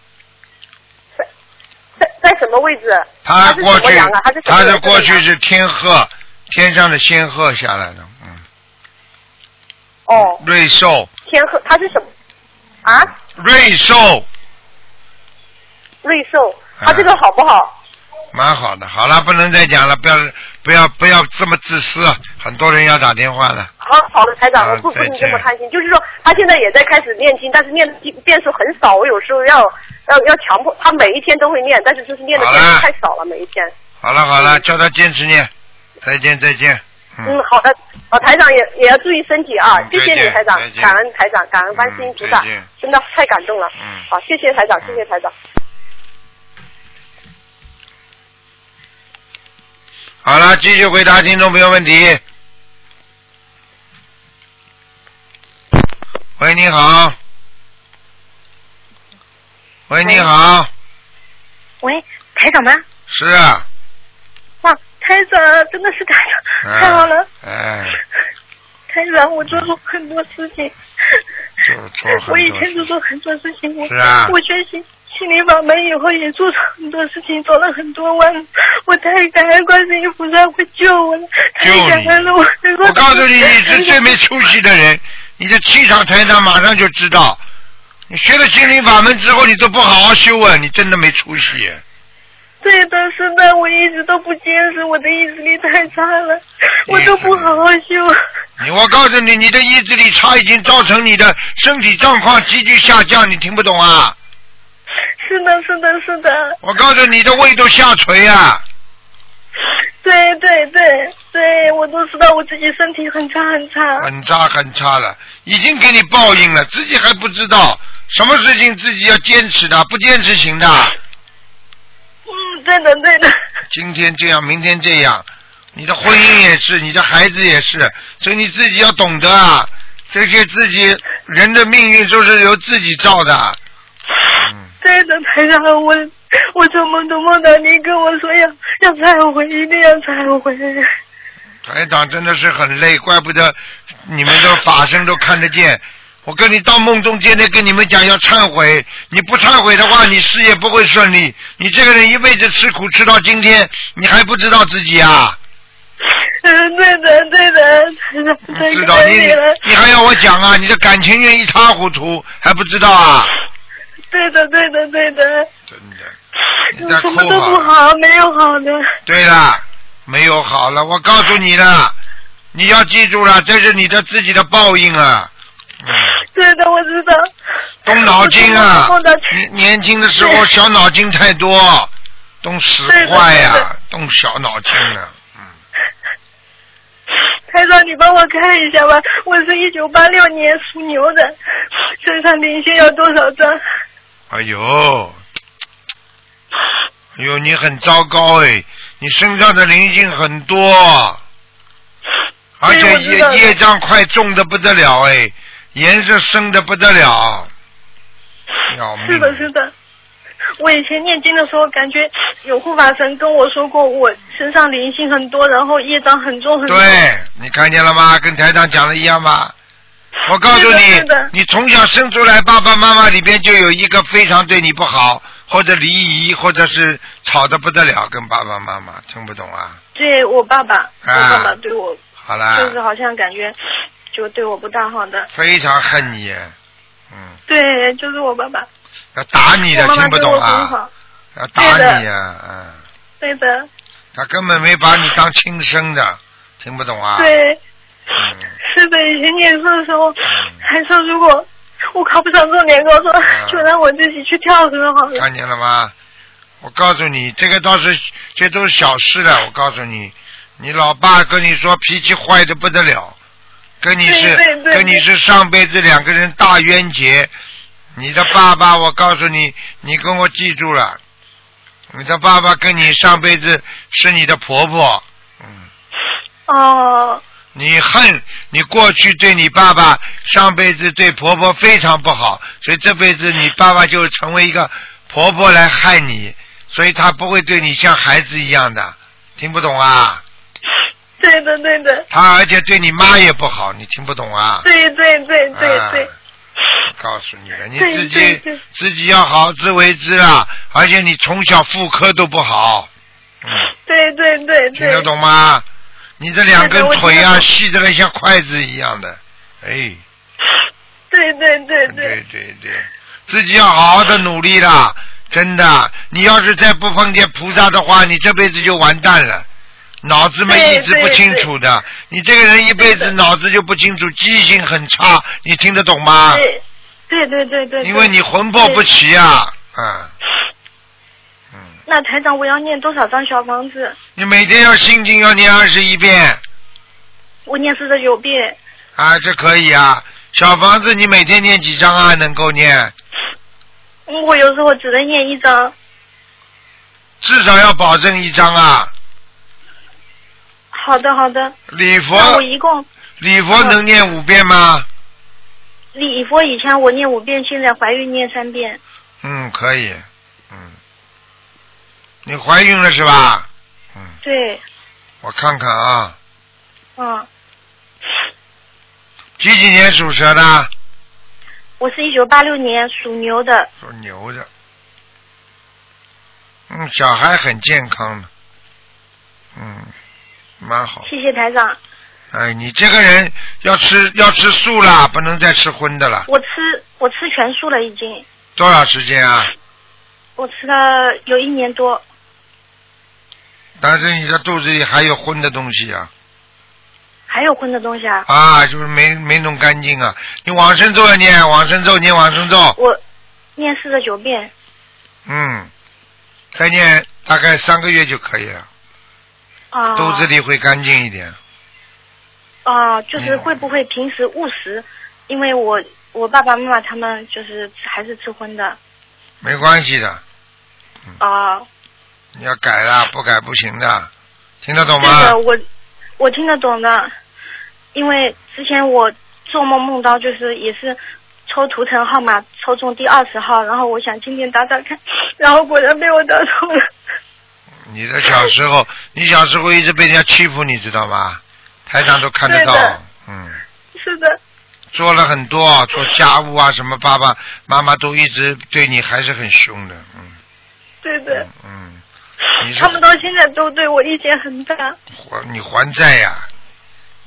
在在在什么位置？
他
是
过
什么
去
羊啊？他是什么
他
颜色
的
的
过去
羊
是天鹤，天上的仙鹤下来的，嗯，
哦，
瑞兽，
天鹤，他是什么啊？
瑞兽，
瑞兽，他
啊
这个好不好？
蛮好的。好了，不能再讲了，不要不要不要这么自私，啊很多人要打电话了。
好好的，台长，
啊
我不不
再
能这
见
么贪心，就是说他现在也在开始念经，但是念经遍数很少，我有时候要要要强迫他每一天都会念，但是就是念的
好
遍数
了
太少了，每一天。
好了好了，叫他坚持念，再见再见，
嗯，好的，呃，台长也也要注意身体啊，
嗯
谢谢
再
你
见
台长
再，见
感恩台长，感恩观世音菩萨
嗯再见，
真的太感动了
嗯，
好，谢谢台长，谢谢台长。
嗯
好了，继续回答听众朋友问题。喂，你好。喂，你好，
喂，台长吗？
是啊，
哇，台长真的是台长，太好了！
啊哎，
台长，我做了很多事情，
做做很
我以
多
前
事
做了很多事情，我
是啊
我确信心灵法门以后，也做了很多事情，走了很多弯。我太感恩观世音菩萨会救我了，
救
太感
你
恩了我能够。
我告诉你，你是最没出息的人，你的气场台长马上就知道。你学了心灵法门之后，你都不好好修啊，你真的没出息。
对的，是的，我一直都不坚持，我的意志力太差了，我都不好好修。
你我告诉你，你的意志力差已经造成你的身体状况急剧下降，你听不懂啊？
是的，是的，是的，
我告诉你，你的胃都下垂啊！
(laughs) 对对对对，我都知道我自己身体很差很差。
很差很差了，已经给你报应了，自己还不知道，什么事情自己要坚持的，不坚持行的。
嗯，对的对的，
今天这样，明天这样，你的婚姻也是，你的孩子也是，所以你自己要懂得啊，这些自己人的命运都是由自己造的。
对的，台长，我我做梦都梦到您跟我说要要忏悔，一定要忏悔。
台长真的是很累，怪不得你们的法身都看得见。我跟你到梦中天天跟你们讲要忏悔，你不忏悔的话，你事业不会顺利。你这个人一辈子吃苦吃到今天，你还不知道自己啊？
嗯，对的对的，台长，太
知道
感恩
你
你了。
你还要我讲啊？你的感情运一塌糊涂，还不知道啊？
对的对的对的，
真的。你在
什
哭
么都不
啊？
好，没有好的。
对了，没有好了，我告诉你了，你要记住了，这是你的自己的报应啊，
对的，我知道。
动脑筋啊
我做梦都梦到，
你年轻的时候
对
小脑筋太多，动使坏呀、
对的
动小脑筋了、
台长，你帮我看一下吧，我是一九八六年属牛的，身上灵性要多少张？
哎呦，哎呦，你很糟糕哎，你身上的灵性很多，而
对
且
我知
业
道的
业障快重的不得了哎，颜色深的不得了，要命！
是的，是的。我以前念经的时候，感觉有护法神跟我说过，我身上灵性很多，然后业障很重很重。
对，你看见了吗？跟台长讲的一样吧。我告诉
是的
你
是的，
你从小生出来，爸爸妈妈里边就有一个非常对你不好，或者离异，或者是吵得不得了，跟爸爸妈妈听不懂啊？
对我爸爸，我爸爸
啊
对我
好啦，
就是好像感觉就对我不大好的。
非常恨你，嗯，
对，就是我爸爸，
要打你的，
我妈妈
听不
对
懂
我很
啊？
好。
要打
对的
你啊，嗯，
对的，
他根本没把你当亲生的，听不懂啊？
对，
嗯。
是的，以前念书的时候
嗯
还说如果我考不上重点高中， (laughs) 就让我自己去跳河好了。
看见了吗？我告诉你，这个倒是这都是小事了。我告诉你，你老爸跟你说脾气坏的不得了，跟你是
对对对
跟你是上辈子两个人大冤结。你的爸爸，我告诉你，你跟我记住了，你的爸爸跟你上辈子是你的婆婆，嗯，
哦，
你恨你过去对你爸爸上辈子对婆婆非常不好，所以这辈子你爸爸就成为一个婆婆来害你，所以他不会对你像孩子一样的，听不懂啊？
对的，对的，
他而且对你妈也不好，你听不懂啊？
对对对对对
啊。告诉你了，你
对
自
对
己
对
自己要好自为之啊！而且你从小妇科都不好，嗯，
对对对
听得
对。
懂吗？你这两
对
根
的我听
腿
得
啊，
懂
细的来像筷子一样的，哎。
对对对
对
对，
对对，自己要好好的努力啦，真的。你要是再不碰见菩萨的话，你这辈子就完蛋了。脑子们一
对
直
对
不清楚的，你这个人一辈子脑子就不清楚，记性很差，你听得懂吗？
对对对对对。
啊因为你魂魄不齐啊，啊，嗯，
那台长，我要念多少张小房子？
你每天要心经要念二十一遍
我念四十九遍，
啊，这可以啊。小房子你每天念几张啊？能够念，
嗯我有时候只能念一张。
至少要保证一张啊。
好的好的，
礼
那
佛
我一共
礼佛能念五遍吗？
礼佛以前我念五遍，现在怀孕念三遍。
嗯，可以。嗯，你怀孕了是吧？嗯，
对，
我看看啊，
嗯，
几几年属蛇的？
我是一九八六年属牛的，
属牛的。嗯，小孩很健康的，嗯，蛮好。
谢谢台长，
哎，你这个人要吃要吃素啦，不能再吃荤的了。
我吃我吃全素了已经，
多少时间啊？
我吃了有一年多，
但是你的肚子里还有荤的东西啊，
还有荤的东西啊。
啊，就是没没弄干净啊。你往生咒要念，往生咒念往生咒，
我念四十九遍，
嗯，再念大概三个月就可以了，
啊、
肚子里会干净一点。
啊、
嗯
就是会不会平时误食？因为我我爸爸妈妈他们就是还是吃荤的
没关系的，
啊、
你要改啦，不改不行的，听得懂
对
吗
嗯的，？我我听得懂的，因为之前我做梦梦到就是也是抽图腾号码抽中第二十号，然后我想今天打打看，然后果然被我打中了。
你的小时候，你小时候一直被人家欺负，你知道吗？台长都看得
对
到
的，
嗯，
是的，
做了很多，做家务啊，什么爸爸妈妈都一直对你还是很凶的，嗯
对的，
嗯，你是
他们到现在都对我意见很大。
还你还债呀、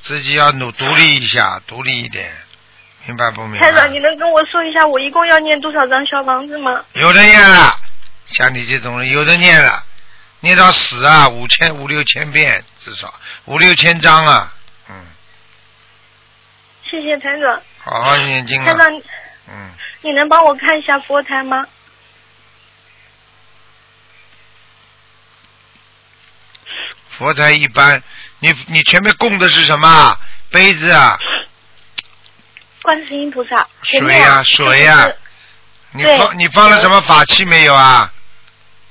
自己要努独立一下，独立一点，明白不明白
台？长，你能跟我说一下我一共要念多少张小房子吗？
有的念了，像你这种人，有的念了，念到死啊，五千五六千遍至少五六千章啊，嗯，
谢谢台长，
好好念经
台
啊，
长，
嗯，
你能帮我看一下佛台吗？
佛台一般，你你前面供的是什么啊？杯子啊，
观世音菩萨，前
水
面
呀、
啊
水呀、
就是
你
对
放你放了什么法器没有啊？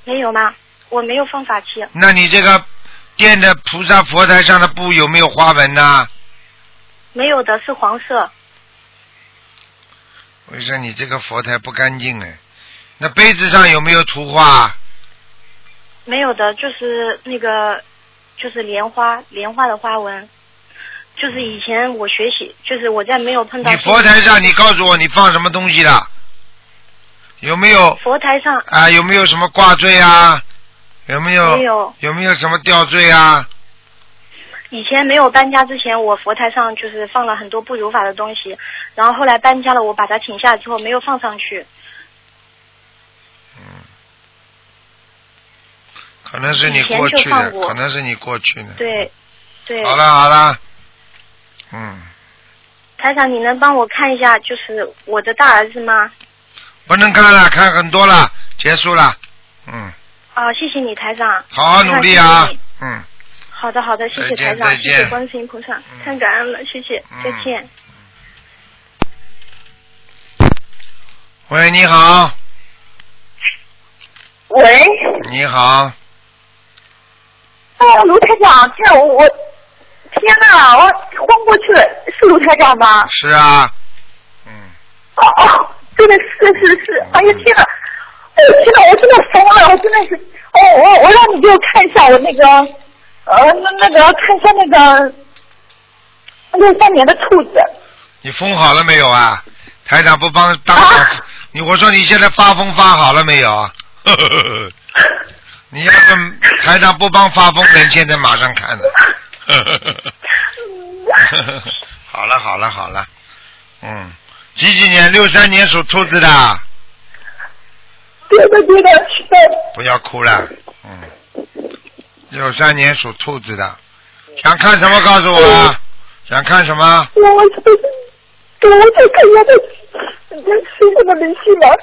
没有吗？我没有放法器，
那你这个垫的菩萨佛台上的布有没有花纹呐、
没有的是黄色。
我说你这个佛台不干净哎，那杯子上有没有图画啊？
没有的，就是那个，就是莲花，莲花的花纹，就是以前我学习，就是我在没有碰到
你佛台上，你告诉我你放什么东西了？有没有
佛台上
啊？有没有什么挂坠啊？有没有？
没有
没有什么吊坠啊？
以前没有搬家之前，我佛台上就是放了很多不如法的东西，然后后来搬家了，我把它请下来之后没有放上去，
可能是你
以前
过
就
去的，
放过
可能是你过去的。
对，对。
好了好了，嗯，
台长，你能帮我看一下，就是我的大儿子吗？
不能看了，看很多了，结束了，嗯，
啊，谢谢你，台长。
好好
台
努
长
力啊
谢谢你，
嗯。
好的，好的，谢
再
谢
见
台长
再，
谢
见
谢观世音菩萨，太感恩了，谢谢，再
嗯
见。
喂，你好，
喂，
你好，
哦，卢台长，这我我天哪，我昏过去了，是卢台长吗？
是啊，嗯，
哦哦，真的是是是，哎呀天哪！哎呀天哪，我真的疯了，我真的是，哦我我让你给我看一下我那个，呃那那个看一下那个六三年的兔子，
你封好了没有啊？台长不帮当场，
啊
你我说你现在发疯发好了没有
(laughs)
啊？你要是台长不帮发疯的人，现在马上
(laughs)
(laughs) 看了。
嗯
好了好了好了，嗯，几几年？六三年属兔子的，
对的对的是的，
不要哭了，嗯，六三年属兔子的，想看什么告诉我啊？想看什么？
我我这对我这看一下这这身上的灵性了，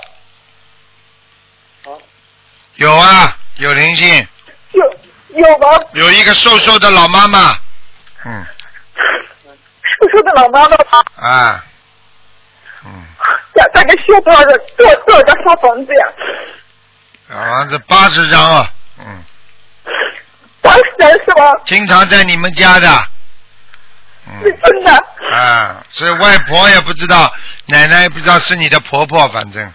有啊，有灵性，
有有吗？
有一个瘦瘦的老妈妈，嗯，
我说的老妈妈，
啊，嗯，
大大概需要多少个多少多少张小房子呀？
小房子八十张啊，嗯，
八十张是吗？
经常在你们家的，
是
嗯，
真的。
啊，所以外婆也不知道，奶奶也不知道是你的婆婆，反正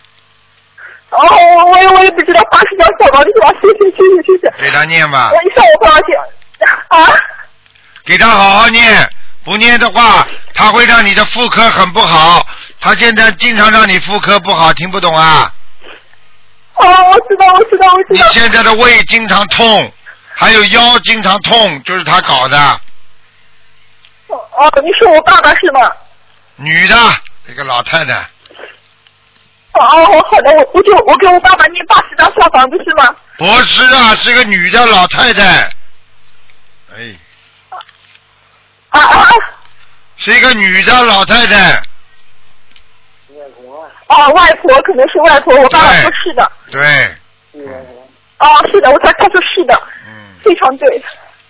哦，我我也我也不知道八十张小房子是吧？谢谢谢谢谢谢。
给她念吧
我，一上午发去啊，
给她好好念，不念的话，她会让你的妇科很不好，她现在经常让你妇科不好，听不懂啊？
哦，哦，我知道，我知道，我
你
知道。
现在的胃经常痛，还有腰经常痛，就是他搞的。
哦，你说我爸爸是吗？
女的，这个老太太，
哦，哦好的，我我就我给我爸爸念八十张小房子是吗？
不是啊，是个女的老太太。哎，
啊啊！
是一个女的老太太，
啊哦，外婆可能是外婆，我爸爸说
对
是的。
对，
啊
哦，是的，我才他说是的，
嗯
非常对。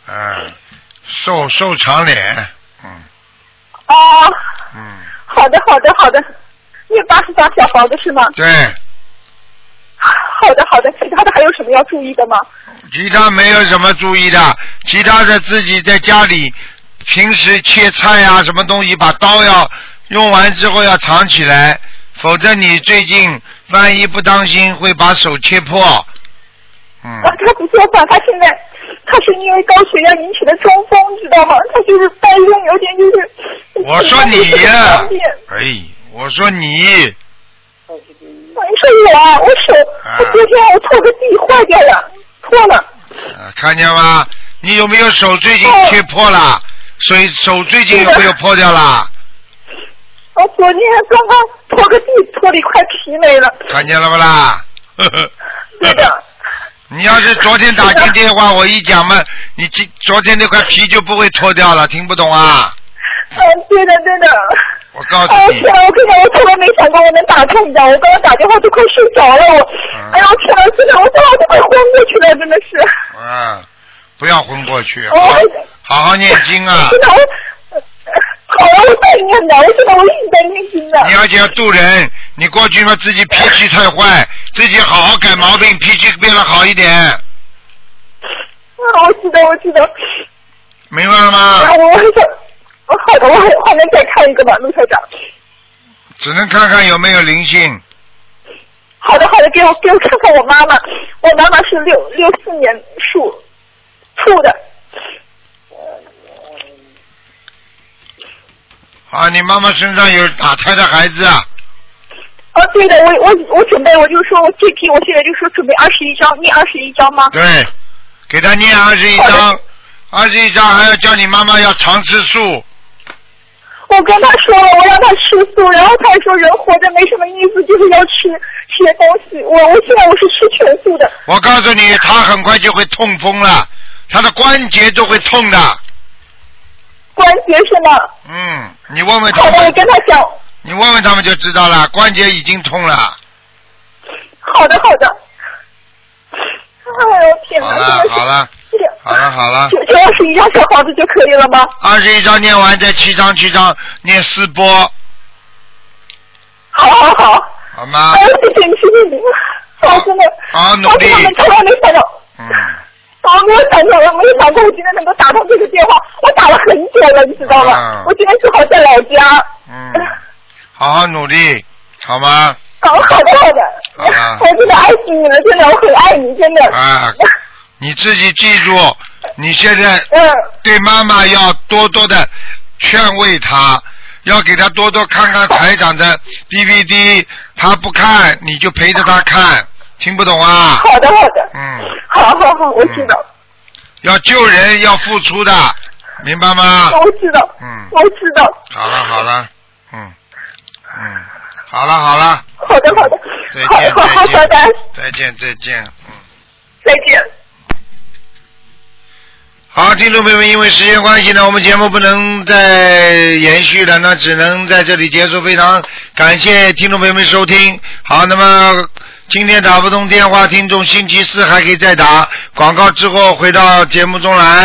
嗯，瘦瘦长脸，嗯
哦，
嗯，
好的，好的，好的。念八十张小房子是吗？
对，
好的，好的。其他的还有什么要注意的吗？
其他没有什么注意的，其他的自己在家里平时切菜呀、什么东西，把刀要用完之后要藏起来，否则你最近万一不当心会把手切破。嗯
啊，他不做饭，他现在他是因为高血压引起的中风，知道吗？他就是白天有点就是。
我说你
就是
呀、
方便
哎，我说你，
你说我啊，我手，
啊
我昨天我拖个地坏掉了，破了。
啊看见吗？你有没有手最近切破了？手手最近有没有破掉了？
我昨天刚刚拖个地，拖了一块皮没了。
看见了不啦？ (laughs) 呵呵
对的，
你要是昨天打进电话，我一讲嘛，你今昨天那块皮就不会脱掉了，听不懂啊？
嗯，对的，对的。
我告
哎呀
诉你
天，哪！我跟你讲，我从来没想过我能打通你知道，我刚刚打电话都快睡着了，我，
嗯
哎呀，我天哪！真的，我当时都快昏过去了，真的是。
啊，不要昏过去，
我还
好好念经啊
真！的我，好了，我在念的，我真的我一直在念经的。
你而且要渡人，你过去嘛自己脾气太坏，自己好好改毛病，脾气变得好一点，
啊，我记得，我记得。
明白了
啊，
吗？
我我想，我好的，我还还能再看一个吧，陆台长。
只能看看有没有灵性，
好的，好的，给我给我看看我妈妈，我妈妈是六六四年属兔的。
啊，你妈妈身上有打胎的孩子啊，
哦，对的，我我我准备，我就说我这批，我现在就说准备二十一张，念二十一张吗？
对，给他念二十一
好
章，二十一章还要叫你妈妈要常吃素，
我跟他说了，我让他吃素，然后他还说人活着没什么意思，就是要吃吃些东西。我我现在我是吃全素的。
我告诉你，他很快就会痛风了，他的关节都会痛的。
关节是吗？
嗯，你问问他
好的，我
们，
跟他讲。
你问问他们就知道了，关节已经痛了。
好的，好的。哎呦天
好
哪！
了
真的，是
好了，
这个
好了，好了，
就就二十一张小房子就可以了吗？
二十一章念完，再七章七章念四波，
好好好。
好吗
哎？，谢谢你，谢谢你，我真的，
好努
我
力
真的从来没想到，
嗯，
啊，没有想到，我没有想过我今天能够打通这个电话，我打了很久了，你知道
啊
吗？我今天正好在老家。
嗯，好好努力，好吗？
搞好的好的
啊，
(laughs) 我真的爱死你了，真的，我很爱你，真的。
啊你自己记住，你现在
(laughs) 嗯，
对妈妈要多多的劝慰她，要给她多多看看台长的 DVD，她不看你就陪着她看，听不懂啊？
好的好的，
嗯，
好好好，我知道，
要救人要付出的，明白吗？
我知道，
嗯
我知道。
好了好了，嗯嗯，好了好了，
好的好的
再，
好
见
好好，小丹，
再见再见，嗯。
再见。
好，听众朋友们，因为时间关系呢，我们节目不能再延续了，那只能在这里结束。非常感谢听众朋友们收听。好，那么今天打不通电话，听众星期四还可以再打。广告之后回到节目中来。